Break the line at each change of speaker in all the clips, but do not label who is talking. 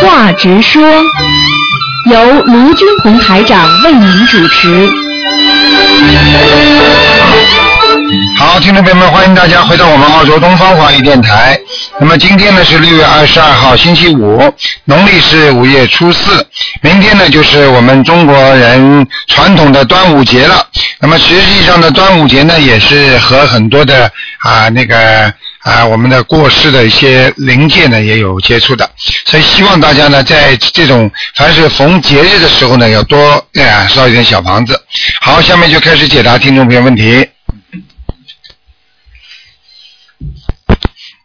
话直说，由卢军红台长为您主持。
好，听众朋友们，欢迎大家回到我们澳洲东方华语电台。那么今天呢是六月二十二号，星期五，农历是五月初四。明天呢就是我们中国人传统的端午节了。那么实际上的端午节呢，也是和很多的啊那个啊我们的过世的一些灵界呢也有接触的。所以希望大家呢在这种凡是逢节日的时候呢，要多啊烧一点小房子。好，下面就开始解答听众朋友问题。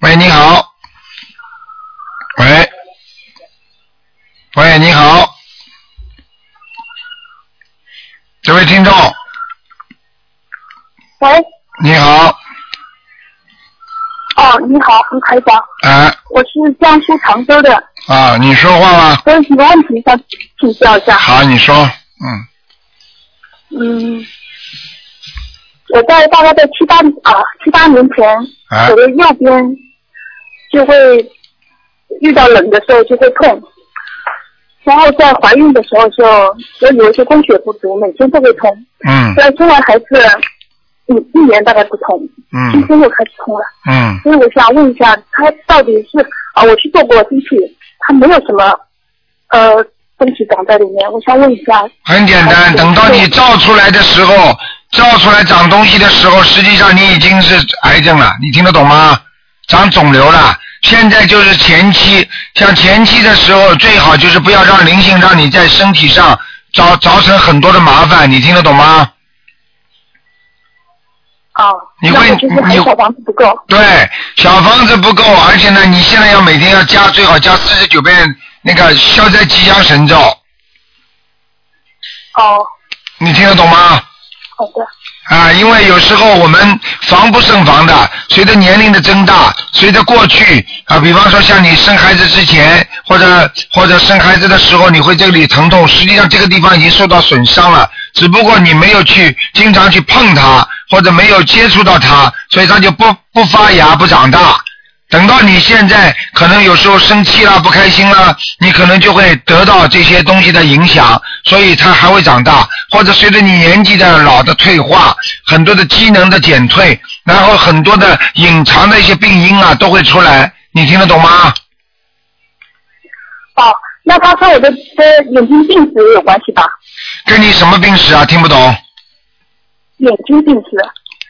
喂，你好。喂，喂，你好。这位听众，
喂，
你好，
哦，你好，卢台长，
啊
我是江苏常州的，
啊，你说话吧。
我有几个问题想请教一下。
好，你说，嗯，
嗯，我在大概在七八啊七八年前，
啊
我的右边就会遇到冷的时候就会痛，然后在怀孕的时候就我有一些供血不足，每天都会痛，
嗯
在生完孩子一一年大概不痛，今
嗯
天又开始痛了。
嗯，
所以我想问一下，他到底是啊、我去做过机器，他没有什么呃东西长在里面。我想问一下，
很简单，等到你照出来的时候，照出来长东西的时候，实际上你已经是癌症了，你听得懂吗？长肿瘤了。现在就是前期，像前期的时候，最好就是不要让灵性让你在身体上造造成很多的麻烦，你听得懂吗？
啊，
你
那
会
我就是还
你
小房子不够，
对，小房子不够，而且呢，你现在要每天要加，最好加四十九遍那个消灾吉祥神咒，
哦，
你听得懂吗？
好的，
啊，因为有时候我们防不胜防的，随着年龄的增大，随着过去啊，比方说像你生孩子之前，或者或者生孩子的时候，你会这里疼痛，实际上这个地方已经受到损伤了，只不过你没有去经常去碰它，或者没有接触到它，所以它就不不发芽不长大。等到你现在可能有时候生气啦、不开心啦，你可能就会得到这些东西的影响，所以它还会长大，或者随着你年纪的老的退化，很多的机能的减退，然后很多的隐藏的一些病因啊都会出来，你听得懂吗？
哦，那他和我的的眼睛近视也有关系吧？
跟你什么病史啊？听不懂
眼睛近视，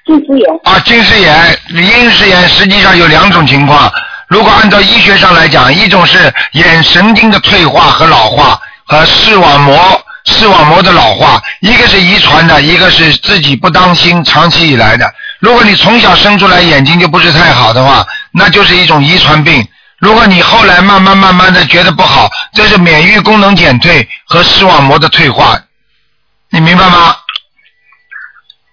近视眼，
啊？近视眼、近视眼实际上有两种情况，如果按照医学上来讲，一种是眼神经的退化和老化和视网膜视网膜的老化，一个是遗传的，一个是自己不当心长期以来的。如果你从小生出来眼睛就不是太好的话，那就是一种遗传病。如果你后来慢慢慢慢的觉得不好，这是免疫功能减退和视网膜的退化，你明白吗？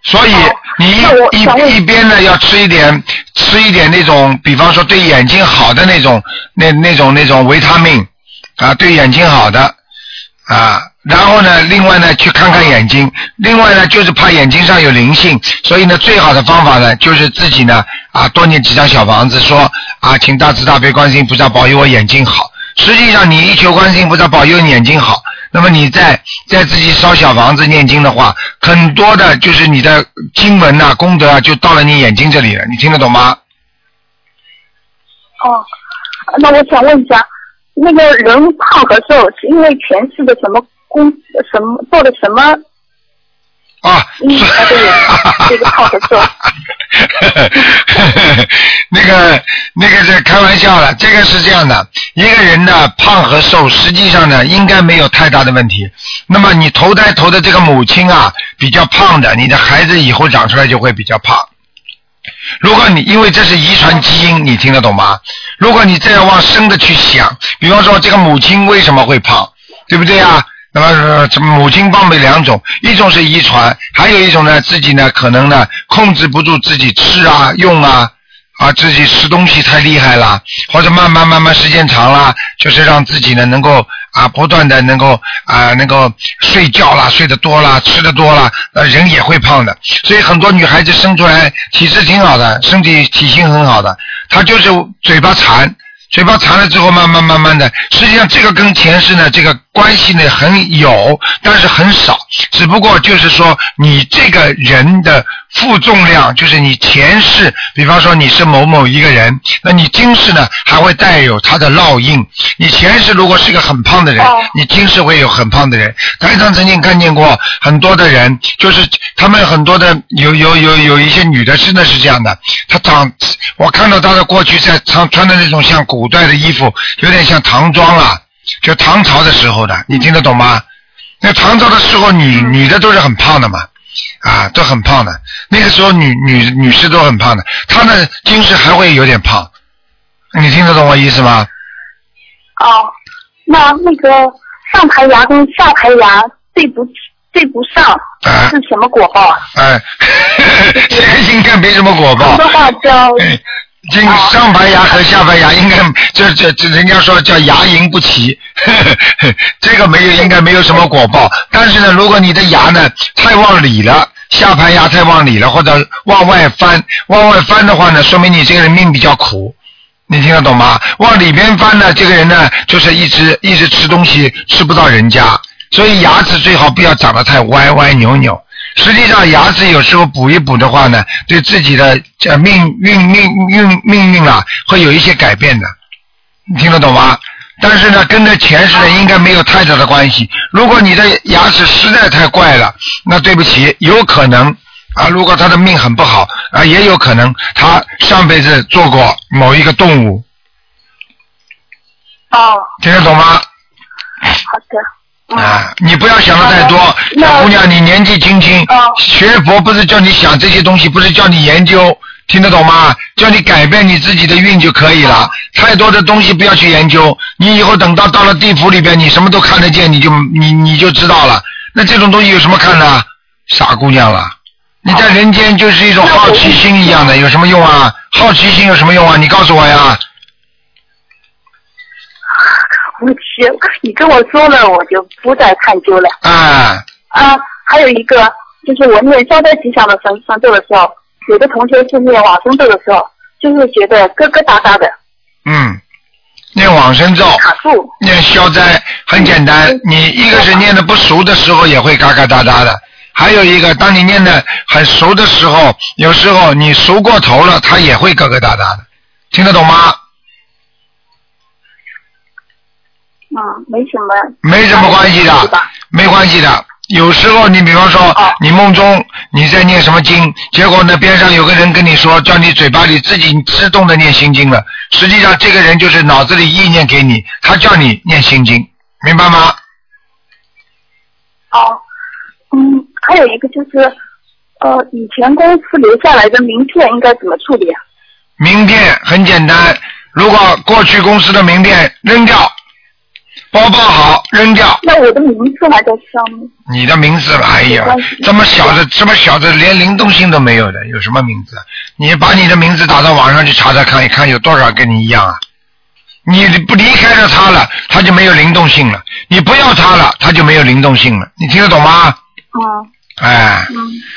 所以
哦
你一
那我想问
一一边呢要吃一点吃一点那种，比方说对眼睛好的那种那那种那种维他命啊，对眼睛好的啊。然后呢，另外呢去看看眼睛，另外呢就是怕眼睛上有灵性，所以呢最好的方法呢就是自己呢啊多念几张小房子，说啊请大慈大悲观世音菩萨保佑我眼睛好。实际上你一求观世音菩萨保佑你眼睛好，那么你在在自己烧小房子念经的话，很多的就是你的经文呐、功德啊，就到了你眼睛这里了。你听得懂吗？
哦，那我想问一下，那个人胖和瘦是因为前世的什么功什么做了什么？
啊，
嗯啊对这个胖和瘦
那个那个是开玩笑了，这个是这样的，一个人的胖和瘦，实际上呢应该没有太大的问题。那么你投胎投的这个母亲啊比较胖的，你的孩子以后长出来就会比较胖。如果你因为这是遗传基因，你听得懂吗？如果你这样往深的去想，比方说这个母亲为什么会胖，对不对啊？那么、呃这母亲胖有两种，一种是遗传，还有一种呢自己呢可能呢控制不住自己吃啊用啊啊自己吃东西太厉害了，或者慢慢慢慢时间长了，就是让自己呢能够啊不断的能够啊能够睡觉啦，睡得多啦，吃的多啦，呃人也会胖的。所以很多女孩子生出来体质挺好的，身体体型很好的，她就是嘴巴馋，嘴巴馋了之后，慢慢慢慢的，实际上这个跟前世呢，这个关系呢很有，但是很少，只不过就是说你这个人的负重量，就是你前世，比方说你是某某一个人，那你今世呢还会带有他的烙印。你前世如果是个很胖的人
哦，
你今世会有很胖的人。台上曾经看见过很多的人，就是他们很多的有有有有一些女的真的是这样的，她长，我看到她的过去在穿穿的那种像古代的衣服，有点像唐装啦，就唐朝的时候的，你听得懂吗？那唐朝的时候女女的都是很胖的嘛，啊，都很胖的。那个时候女女女士都很胖的，她呢今世还会有点胖，你听得懂我意思吗？
哦，那那个上排牙跟下排牙对不对不上
啊
是什么果报啊？
哎， 这个应该没什么果报
很多。话叫
哎，这上排牙和下排牙应该， 这这这，人家说叫牙龈不齐， 这个没有，应该没有什么果报。但是呢，如果你的牙呢太往里了，下排牙太往里了，或者往外翻，往外翻的话呢，说明你这个人命比较苦。你听得懂吗？往里边翻呢，这个人呢，就是一直一直吃东西，吃不到人家，所以牙齿最好不要长得太歪歪扭扭。实际上，牙齿有时候补一补的话呢，对自己的呃命运命运命运啊，会有一些改变的。你听得懂吗？但是呢，跟着前世呢应该没有太大的关系。如果你的牙齿实在太怪了，那对不起，有可能啊，如果他的命很不好啊，也有可能他上辈子做过某一个动物，
哦，
听得懂吗？
好的，嗯，
啊，你不要想的太啊多
好，的
小姑娘，你年纪轻轻
哦，
学佛不是叫你想这些东西，不是叫你研究，听得懂吗？叫你改变你自己的运就可以了。太多的东西不要去研究，你以后等到到了地府里边，你什么都看得见，你就你你就知道了。那这种东西有什么看的？傻姑娘了，你在人间就是一种好奇心一样的，有什么用啊？好奇心有什么用啊？你告诉我呀。
我去，你跟我说了，我就不再探究了。
啊，
啊，还有一个就是我念消灾吉祥的神神咒的时候，有的同学是念往生咒的时候，就是觉得疙疙瘩瘩的
嗯，念往生咒。
卡住。
念消灾很简单，你一个是念的不熟的时候也会嘎嘎哒哒的，还有一个当你念的很熟的时候，有时候你熟过头了，它也会嘎嘎哒哒的，听得懂吗？
嗯，没什么。
没什么关系
是
的
吧，
没关系的。有时候你比方说
哦，
你梦中你在念什么经，结果呢边上有个人跟你说，叫你嘴巴里自己自动的念心经了，实际上这个人就是脑子里意念给你，他叫你念心经，明白吗？
哦，嗯，还有一个就是，呃，以前公司留下来的名片应该怎么处理啊？
名片很简单，如果过去公司的名片扔掉，包包好扔掉，
那我的名字还在上面。
你的名字吧，哎呀
没关系，
这么小的这么小的连灵动性都没有的，有什么名字啊？你把你的名字打到网上去查查看一看，有多少跟你一样啊？你不离开了他了，他就没有灵动性了；你不要他了，他就没有灵动性了。你听得懂吗？
嗯
哎，
嗯，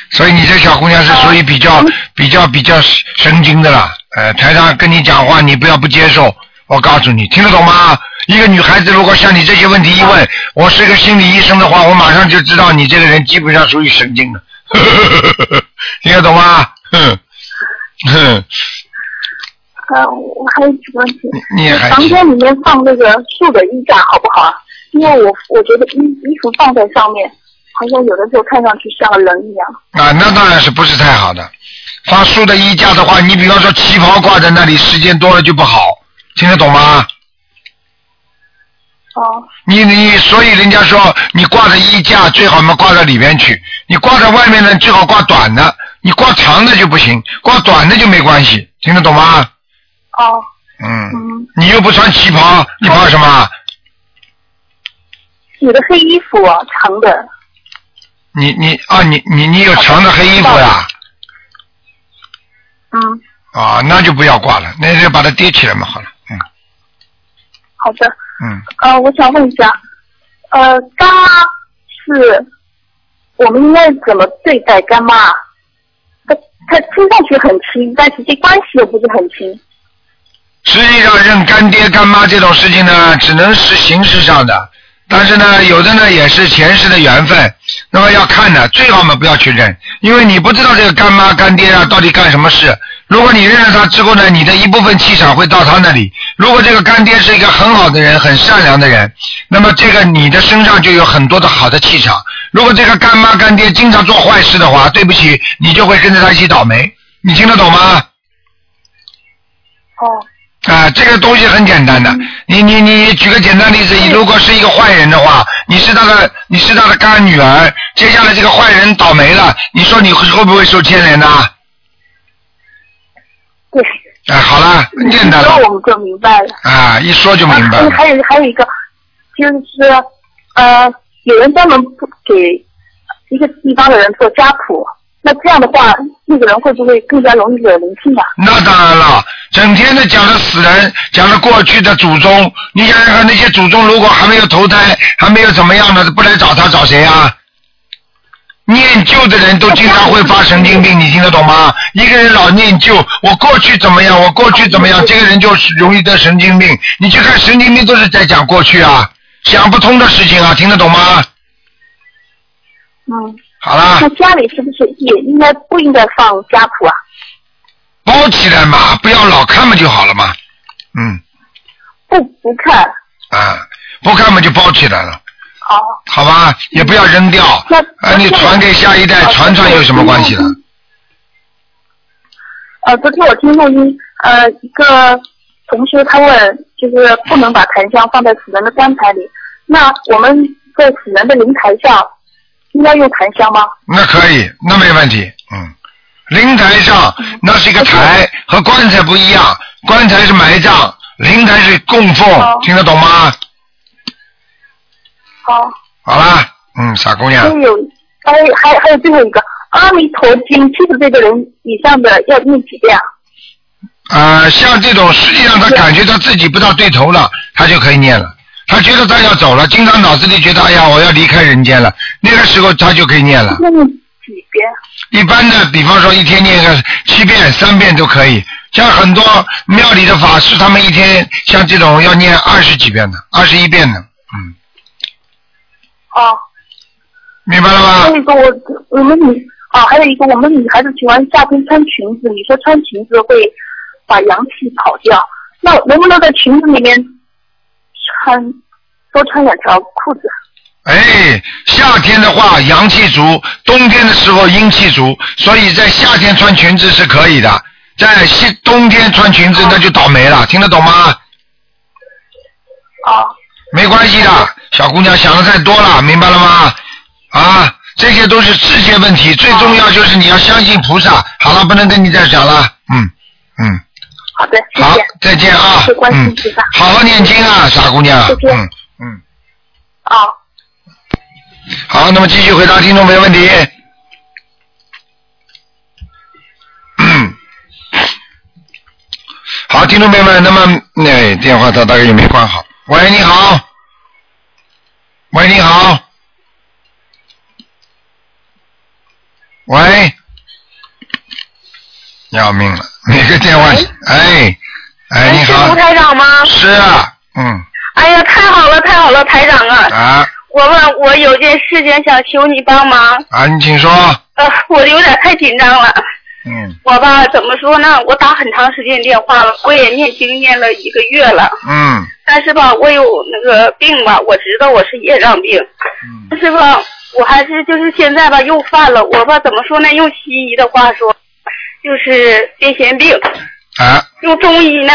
所以你这小姑娘是属于比较、比较比较神经的啦。呃，台上跟你讲话，你不要不接受。我告诉你，听得懂吗？一个女孩子如果像你这些问题一问，我是个心理医生的话，我马上就知道你这个人基本上属于神经的。 听得懂吗？ 哼，哼，
呃，我还有几个问题。
你也还
房
行。
间里面放那个竖的衣架好不好啊？因为我我觉得衣衣服放在上面，好像有的时候看上去像个人一样。
啊，那当然是不是太好的。发竖的衣架的话，你比方说旗袍挂在那里，时间多了就不好，听得懂吗？
哦，
你你，所以人家说你挂着衣架最好嘛挂到里边去，你挂在外面呢最好挂短的，你挂长的就不行，挂短的就没关系，听得懂吗？
哦，
嗯，
嗯，
你又不穿旗袍，你怕什么？
有的黑衣服啊，长的，
你你啊你你你有长的黑衣服呀？
嗯，
啊，那就不要挂了，那就把它叠起来嘛，好了，嗯
好的。
嗯，
呃，我想问一下，呃，干妈是，我们应该怎么对待干妈？她她听上去很亲，但实际关系又不是很亲。
实际上认干爹干妈这种事情呢，只能是形式上的，但是呢，有的呢也是前世的缘分，那么要看的，最好嘛不要去认，因为你不知道这个干妈干爹啊到底干什么事。如果你认了他之后呢，你的一部分气场会到他那里。如果这个干爹是一个很好的人，很善良的人，那么这个你的身上就有很多的好的气场。如果这个干妈干爹经常做坏事的话，对不起，你就会跟着他一起倒霉。你听得懂吗？
哦，
啊，这个东西很简单的，你你你举个简单例子，你如果是一个坏人的话，你是他的你是他的干女儿，接下来这个坏人倒霉了，你说你会会不会受牵连呢？
对，
哎，好了，很简单
说
了
我们就明白了。
啊，一说就
啊
明白了。
还有还有一个，就是呃，有人专门不给一个地方的人做家谱，那这样的话，那个人会不会更加容易惹灵性啊？
那当然了，整天的讲着死人，讲着过去的祖宗，你想想看，那些祖宗如果还没有投胎，还没有怎么样的，不来找他找谁啊？念旧的人都经常会发神经病，你听得懂吗？一个人老念旧，我过去怎么样，我过去怎么样，这个人就是容易得神经病。你去看神经病都是在讲过去啊，想不通的事情啊，听得懂吗？
嗯，
好啦
那，家里是不是也应该不应该放家谱啊？
包起来嘛，不要老看嘛就好了嘛。嗯
不不看，
啊，不看嘛就包起来了。
哦，
好吧，也不要扔掉，
那哦
啊，你传给下一代
那
传传有什么关系呢？
嗯呃，昨天我听录音，呃，一个同学他问，就是不能把檀香放在死人的棺材里，那我们在死人的灵台上应该用檀香吗？
那可以，那没问题，嗯。灵台上
嗯
那是一个台，和棺材不一样，棺材是埋葬，灵台是供
哦
奉，听得懂吗？啊
哦，
好啦，嗯，傻姑
还
娘，
有，还还还有最后一个《阿弥陀经》，七十岁的人以上的要念几遍啊？
呃，像这种实际上他感觉他自己不大对头了，他就可以念了。他觉得他要走了，经常脑子里觉得哎呀我要离开人间了，那个时候他就可以念了。
念几遍？啊
一般的，比方说一天念个七遍、三遍都可以。像很多庙里的法师，他们一天像这种要念二十几遍的、二十一遍的，嗯，
哦，
明白了
还有
嗯
吗？
一个我我们女
啊
哦，还有一个我们女孩子喜欢夏天穿裙子，你说穿裙子会把阳气跑掉，那能不能在裙子里面穿多穿两条裤子？
哎，夏天的话阳气足，冬天的时候阴气足，所以在夏天穿裙子是可以的，在西冬天穿裙子那就倒霉了，听得懂吗？
啊
哦，
没关系
嗯
的，小姑娘想的太多了，明白了吗？啊，这些都是直接问题，最重要就是你要相信菩萨。好了，不能跟你再讲了，嗯嗯，
好的，谢
好
谢，，
再见啊
谢谢，关
嗯
心，菩萨。
好好念经啊，傻姑娘，
再见
嗯嗯，
啊
哦，
好，那么继续回答听众朋友问题。嗯好，听众朋友们，那么那、哎电话他大概也没关好。喂，你好。喂，你好。喂。要命了，每个电话，哎，哎，你
是
好
卢，台长吗？
是啊，嗯，
哎呀，太好了，太好了，台长啊！
啊
我问我有件事情想求你帮忙，
啊，你请说，
呃，我有点太紧张了。
嗯
我吧，怎么说呢？我打很长时间电话了，我也念经念了一个月了，
嗯
但是吧，我有那个病吧，我知道我是业障病，
嗯
但是吧，我还是就是现在吧又犯了。我吧怎么说呢？用西医的话说，就是癫痫病。
啊。
用中医呢，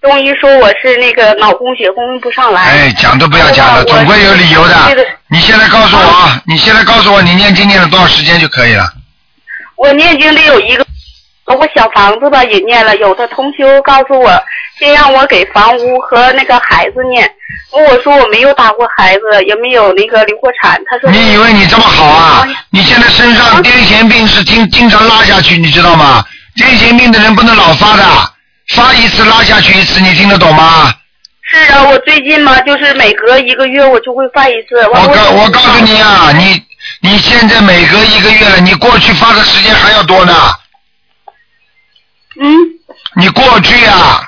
中医说我是那个脑供血供不上来。
哎，讲都不要讲了，
对吧
总归有理由
我是
的
对的。
你现在告诉我啊，你现在告诉我你念经念了多少时间就可以了。
我念经得有一个，我小房子吧也念了，有的同修告诉我，先让我给房屋和那个孩子念，我说我没有打过孩子，也没有那个流过产，他说
你以为你这么好啊？你现在身
啊
上癫痫病是经经常拉下去，你知道吗？癫痫病的人不能老发的，发一次拉下去一次，你听得懂吗？
是啊，我最近嘛就是每隔一个月我就会犯一次，
我告
我
我告诉你啊，你你现在每隔一个月了，你过去发的时间还要多呢。
嗯
你过去啊，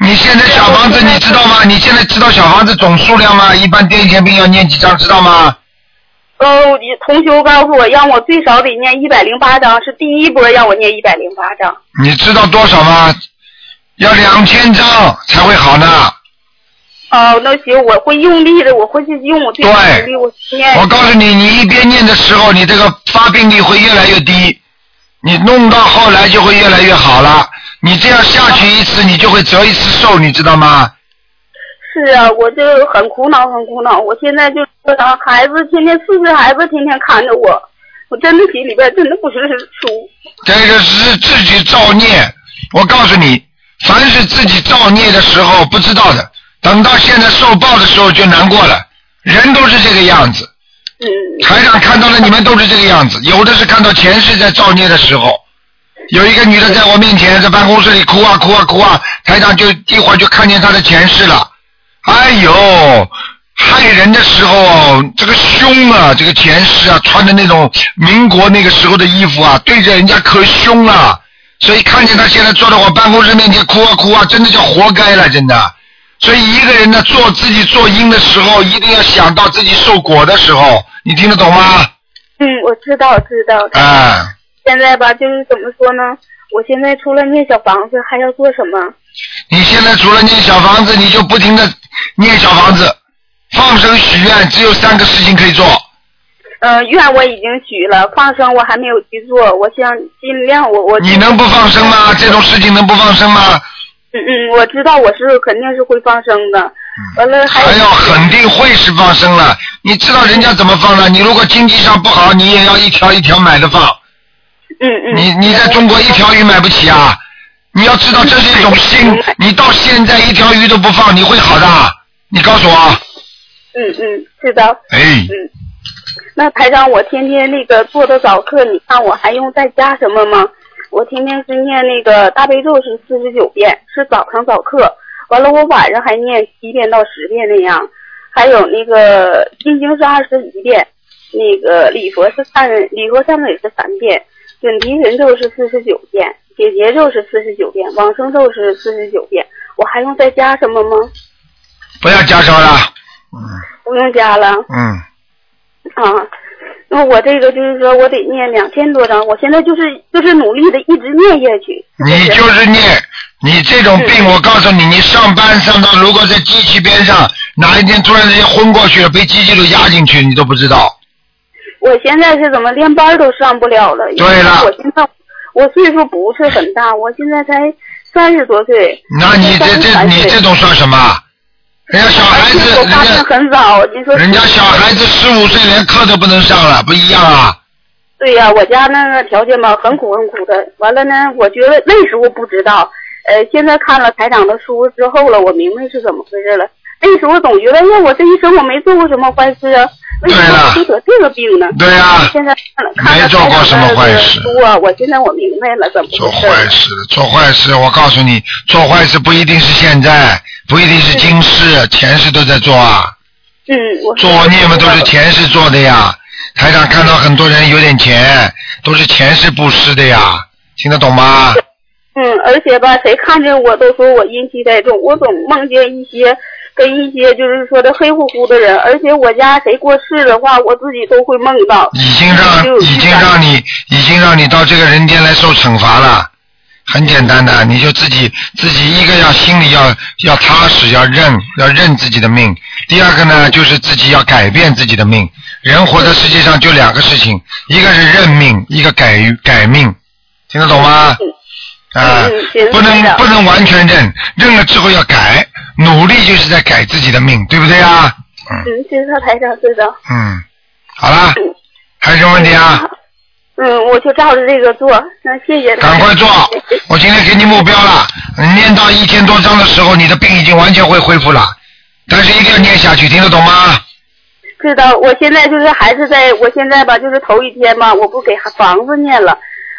你现在小房子你知道吗？你现在知道小房子总数量吗？一般癫痫病要念几张，知道吗？
呃，我同修告诉我，让我最少得念一百零八章，是第一波让我念一百零八章。
你知道多少吗？要两千张才会好呢。
哦，那行，我会用力的，我会去用我最大的力，我去念。
我告诉你，你一边念的时候，你这个发病率会越来越低，你弄到后来就会越来越好了。你这样下去一次，你就会折一次寿，你知道吗？
是啊，我就很苦恼，很苦恼。我现在就是啊孩子天天四岁孩子天天看着我，我真的心里边真的不是舒。
这个是自己造孽。我告诉你，凡是自己造孽的时候不知道的，等到现在受报的时候就难过了。人都是这个样子。
嗯，
台长看到了，你们都是这个样子。有的是看到前世在造孽的时候，有一个女的在我面前在办公室里哭啊哭啊哭啊，台长就一会儿就看见她的前世了。哎呦，害人的时候，这个凶啊，这个前世啊，穿的那种民国那个时候的衣服啊，对着人家可凶了、所以看见她现在坐在我办公室面前哭啊哭啊，真的叫活该了，真的。所以一个人呢，做自己做因的时候，一定要想到自己受果的时候，你听得懂吗？
嗯，我知道知道。
哎、
现在吧，就是怎么说呢？我现在除了念小房子，还要做什么？
你现在除了念小房子，你就不停的念小房子，放生许愿，只有三个事情可以做。
呃，愿我已经许了，放生我还没有去做，我想尽量我我
你能不放生吗？这种事情能不放生吗？
嗯嗯，我知道我是肯定是会放生的。完了还
嗯还要肯定会是放生了。你知道人家怎么放了？你如果经济上不好，你也要一条一条买的放。
嗯嗯。
你你在中国一条鱼买不起啊？你要知道这是一种 心，你到现在一条鱼都不放，你会好的。你告诉我，
嗯嗯，知道。
哎，
嗯，那台长，我天天那个做的早课，你看我还用再加什么吗？我天天是念那个大悲咒是四十九遍，是早上早课。完了，我晚上还念七遍到十遍那样，还有那个心经是二十一遍，那个礼佛是三，礼佛三昧是三遍，准提神咒是四十九遍，解结咒是四十九遍，往生咒是四十九遍。我还用再加什么吗？
不要加烧了。
不用加了。
嗯，
啊，那我这个就是说我得念两千多张，我现在就是就是努力的一直念下去。
你就是念，你这种病，我告诉你，你上班上到如果在机器边上，哪一天突然之间昏过去了，被机器都压进去，你都不知道。
我现在是怎么连班都上不了了？因为
对了
我现在我岁数不是很大，我现在才三十多岁。
那你这这
33岁
你这种算什么？人家小孩子，
我
人
发现
家
很早，你说
人家小孩子十五岁连课都不能上了，不一样啊。
对呀、我家那个条件吧，很苦很苦的。完了呢，我觉得那时候不知道，呃，现在看了台长的书之后了，我明白是怎么回事了。那时候总觉得，哎呀，我这一生我没做过什么坏事啊，为什么我会得这个病呢？
对啊呀
现在看了看了
没做过什么坏事
台长的书啊，我现在我明白了怎么
做
回事。
坏事，做坏事，我告诉你，做坏事不一定是现在，不一定是今世，前世都在做啊。
嗯，我
作孽嘛，都是前世做的呀。台长看到很多人有点钱，都是前世布施的呀，听得懂吗？
嗯，而且吧，谁看见我都说我阴气太重，我总梦见一些跟一些就是说的黑乎乎的人，而且我家谁过世的话，我自己都会梦到。
已经让已经让你已经让你到这个人间来受惩罚了，很简单的，你就自己自己一个要心里要要踏实，要认要认自己的命。第二个呢，就是自己要改变自己的命。人活在世界上就两个事情，一个是认命，一个改改命，听得懂吗？啊、
嗯行
不
知
能
道
不能完全认，认了之后要改，努力就是在改自己的命，对不对啊？
嗯，知道台长知道。
嗯，好啦，还有什么问题啊？
嗯，我就照着这个做。那谢谢。
赶 快做！我今天给你目标了，你念到一千多章的时候，你的病已经完全会恢复了，但是一定要念下去，听得懂吗？
知道，我现在就是还是在，我现在吧，就是头一天吧，我不给房子念了，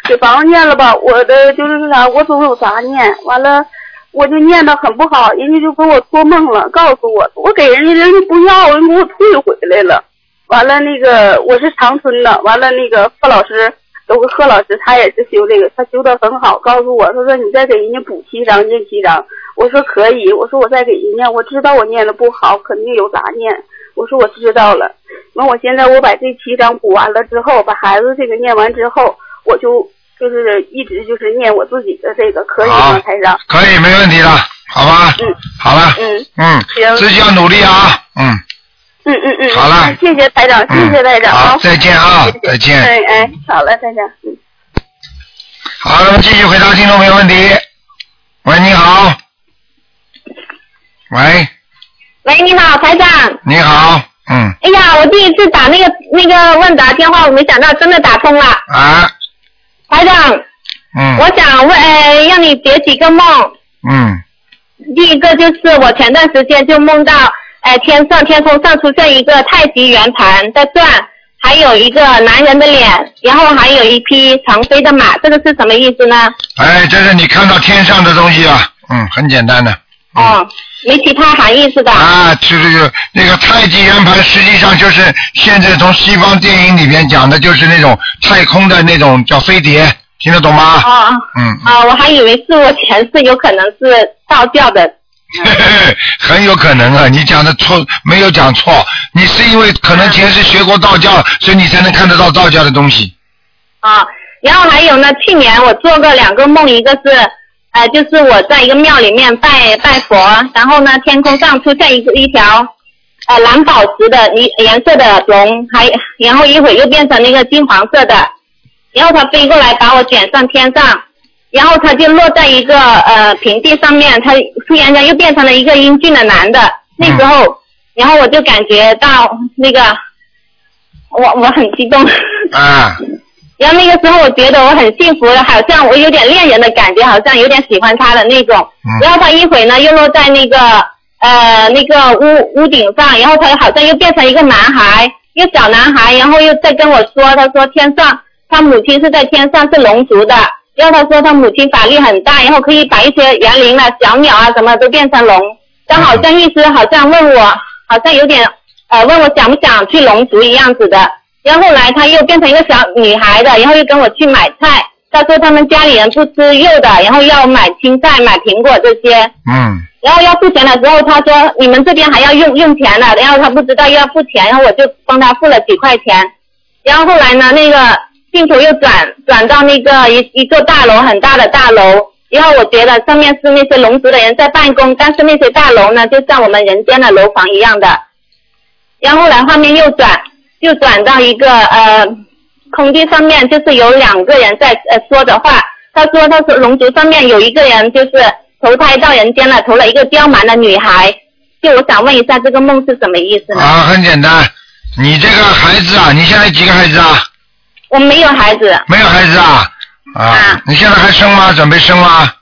给房子念了吧，我的就是啥，我总有杂念，完了我就念的很不好，人家就给我托梦了，告诉我，我给人家人家不要，人家给我退回来了。完了那个我是长春的，完了那个贺老师，有个贺老师他也是修这个，他修的很好，告诉我，他说你再给人家补七张，念七张。我说可以，我说我再给你念，我知道我念的不好，肯定有杂念。我说我知道了。完，我现在我把这七章补完了之后，把孩子这个念完之后，我就就是一直就是念我自己的这个，可以
好
吗，台长？
可以，没问题了，好吧？
嗯，
好了，
嗯
嗯，
行
自己要努力啊，嗯
嗯嗯嗯，
好了
谢谢台长，
嗯，
谢谢台长
好
啊，，
再见啊，再见。
哎哎，好了，台长，嗯。
好，那么继续回答听众朋友问题。喂，你好。喂，
喂，你好，台长。
你好，嗯，
哎呀，我第一次打那个那个问答电话，我没想到真的打通了。
啊，
台长，
嗯，
我想问，呃，让你解几个梦。
嗯，
第一个就是我前段时间就梦到，呃，天上天空上出现一个太极圆盘在转，还有一个男人的脸，然后还有一匹长飞的马，这个是什么意思呢？
哎，这是你看到天上的东西啊，嗯，很简单的。嗯
哦，没其他含义是吧？
啊，就是有那个太极圆盘，实际上就是现在从西方电影里边讲的，就是那种太空的那种叫飞碟，听得懂吗？
哦
嗯，
啊，我还以为是我前世有可能是道教的。
很有可能啊，你讲的错没有讲错，你是因为可能前世学过道教，所以你才能看得到道教的东西。
啊，然后还有呢，去年我做过两个梦，一个是，呃，就是我在一个庙里面拜拜佛，然后呢，天空上出现一个一条，呃，蓝宝石的一颜色的龙，还然后一会儿又变成那个金黄色的，然后它飞过来把我卷上天上，然后它就落在一个呃平地上面，它突然间又变成了一个英俊的男的，那时候，然后我就感觉到那个，我我很激动。
啊，
然后那个时候我觉得我很幸福了，好像我有点恋人的感觉，好像有点喜欢他的那种。
嗯
然后他一会呢又落在那个呃那个屋屋顶上，然后他好像又变成一个男孩，一个小男孩，然后又在跟我说，他说天上他母亲是在天上是龙族的，然后他说他母亲法力很大，然后可以把一些园林啊、小鸟啊什么都变成龙。但好像意思好像问我，好像有点呃问我想不想去龙族一样子的。然后后来他又变成一个小女孩的，然后又跟我去买菜。他说他们家里人不吃肉的，然后要买青菜、买苹果这些。
嗯，
然后要付钱的时候，他说你们这边还要用用钱了，然后他不知道要付钱，然后我就帮他付了几块钱。然后后来呢，那个镜头又转转到那个一一座大楼，很大的大楼。然后我觉得上面是那些龙族的人在办公，但是那些大楼呢，就像我们人间的楼房一样的。然后后来画面又转，又转到一个呃空地上面，就是有两个人在呃说着话。他说他说龙族上面有一个人就是投胎到人间了，投了一个刁蛮的女孩。就我想问一下，这个梦是什么意思呢？
啊，很简单。你这个孩子啊，你现在几个孩子啊？
我没有孩子，
没有孩子啊？啊
啊，
你现在还生吗？准备生吗？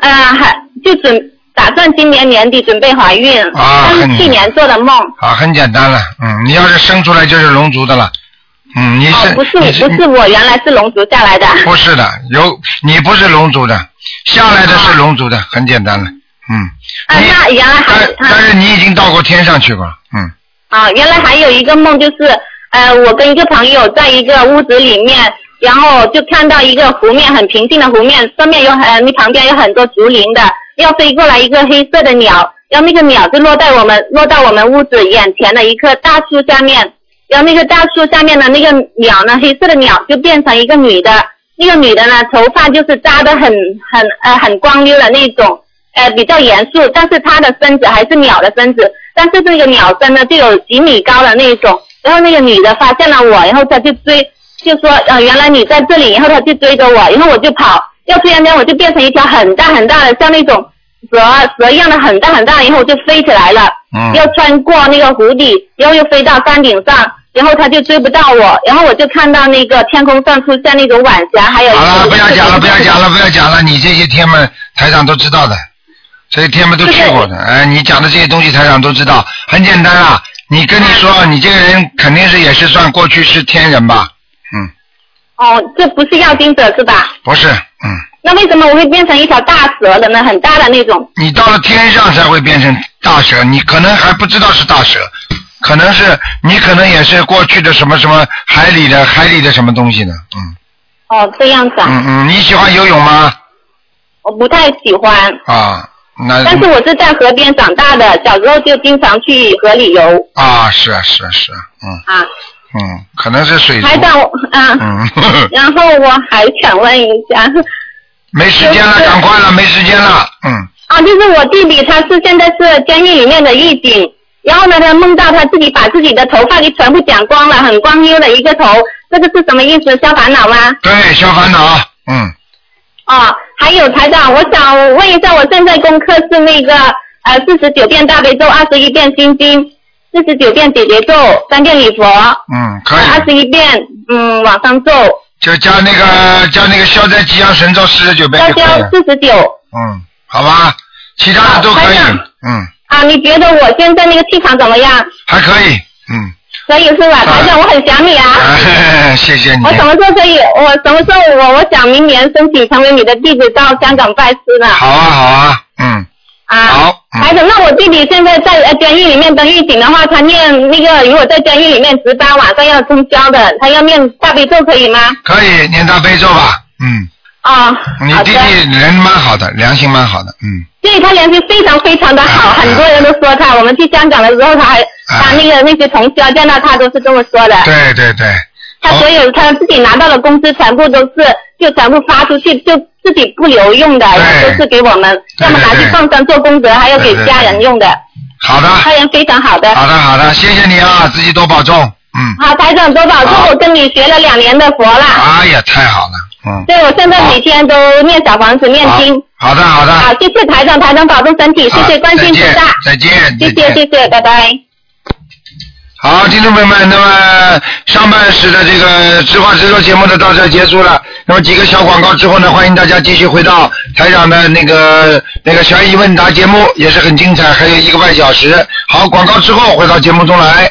呃，还就准打算今年年底准备怀孕，
啊
但
很
是去年做的梦。
啊，很简单了，嗯，你要是生出来就是龙族的了，嗯，你
哦
是、，
不是
你
不是，我原来是龙族下来的。
不是的，有你不是龙族的，下来的
哦
是龙族的，很简单了，嗯，
啊，
你
那原来还
但
有
但
他
是你已经到过天上去过了，嗯，
啊，原来还有一个梦就是，呃，我跟一个朋友在一个屋子里面，然后就看到一个湖面很平静的湖面，上面有很呃那旁边有很多竹林的，要飞过来一个黑色的鸟，然后那个鸟就落在我们落到我们屋子眼前的一棵大树下面，然后那个大树下面的那个鸟呢，黑色的鸟就变成一个女的，那个女的呢头发就是扎得很很呃很光溜的那种，呃比较严肃，但是它的身子还是鸟的身子，但是这个鸟身呢就有几米高的那种。然后那个女的发现了我，然后她就追，就说呃原来你在这里，然后她就追着我，然后我就跑，要突然间我就变成一条很大很大的像那种蛇蛇一样的很大很大，然后我就飞起来了。
嗯
要穿过那个湖底，然后又飞到山顶上，然后他就追不到我，然后我就看到那个天空上出现那种晚霞，还有
好了，
一
不要讲了，不要讲
了。
了，不要讲了，你这些天们台长都知道的，这些天们都去过的，哎，你讲的这些东西台长都知道，很简单啊，你跟你说，你这个人肯定是也是算过去是天人吧，嗯，
哦，这不是要经者是吧？
不是，嗯。
那为什么我会变成一条大蛇的呢？很大的那种。
你到了天上才会变成大蛇，你可能还不知道是大蛇，可能是你可能也是过去的什么什么海里的海里的什么东西呢？嗯
哦，这样子啊，
嗯嗯，你喜欢游泳吗？
我不太喜欢。
啊，那
但是我是在河边长大的，小时候就经常去河里游
啊，是啊是啊是啊，嗯
啊。
嗯，可能是水族
台，长，啊，
嗯， 呵呵
然后我还想问一下，
没时间了，
就是
赶快了，没时间了，嗯，
啊，就是我弟弟，他是现在是监狱里面的狱警，然后呢，他梦到他自己把自己的头发给全部剪光了，很光溜的一个头，这个是什么意思？消烦恼吗？
对，消烦恼，嗯，
啊，还有台长，我想问一下，我现在功课是那个呃四十九遍大悲咒，二十一遍心经，四十九遍解结咒，三遍礼佛，
嗯，可
二
以，
十一遍嗯往上咒，
就加那个加那个消灾吉祥神咒四十九遍
要
就可
交
以了，
四十九。
嗯，好吧，其他的都可以
好台长，
嗯，
啊，你觉得我现在那个气场怎么样？
还可以，嗯，
可以是吧，台长，我很想你啊。
哎 谢谢你
我，什么时候可以？我什么时候我我想明年申请成为你的弟子到香港拜师呢？
好啊好啊，嗯，
啊，
好嗯
还有，那我弟弟现在在呃监狱里面当狱警的话，他念那个如果在监狱里面值班，晚上要通宵的，他要念大悲咒可以吗？
可以念大悲咒吧，嗯，
啊、
你
好的
弟，弟人蛮好的，良心蛮好的，嗯，
对他良心非常非常的好，
哎
很多人都说他，我们去香港的时候，他还他那个那些同学见到他都是这么说的，
嗯对对对，
他所有他自己拿到的工资全部都是就全部发出去，就自己不留用的，
对
然后都是给我们，
对
要么拿去
对
放生做功德，还要给
对对
家人用的，
好的，
他人非常好的。
好的，好的，谢谢你啊，自己多保重。嗯，
好，啊台长多保
好
重，我跟你学了两年的佛啦。
哎呀，太好了，嗯，
对，我现在每天都念小房子念经。
好的，好的，
好，谢谢台长，台长保重身体，谢谢
好
关心菩萨，
再见，
谢
再见，再
谢
见。
谢谢，拜拜。
好，听众朋友们，那么上半时的这个直话直说节目呢到这儿结束了。那么几个小广告之后呢，欢迎大家继续回到台长的那个那个悬疑问答节目，也是很精彩，还有一个半小时。好，广告之后回到节目中来。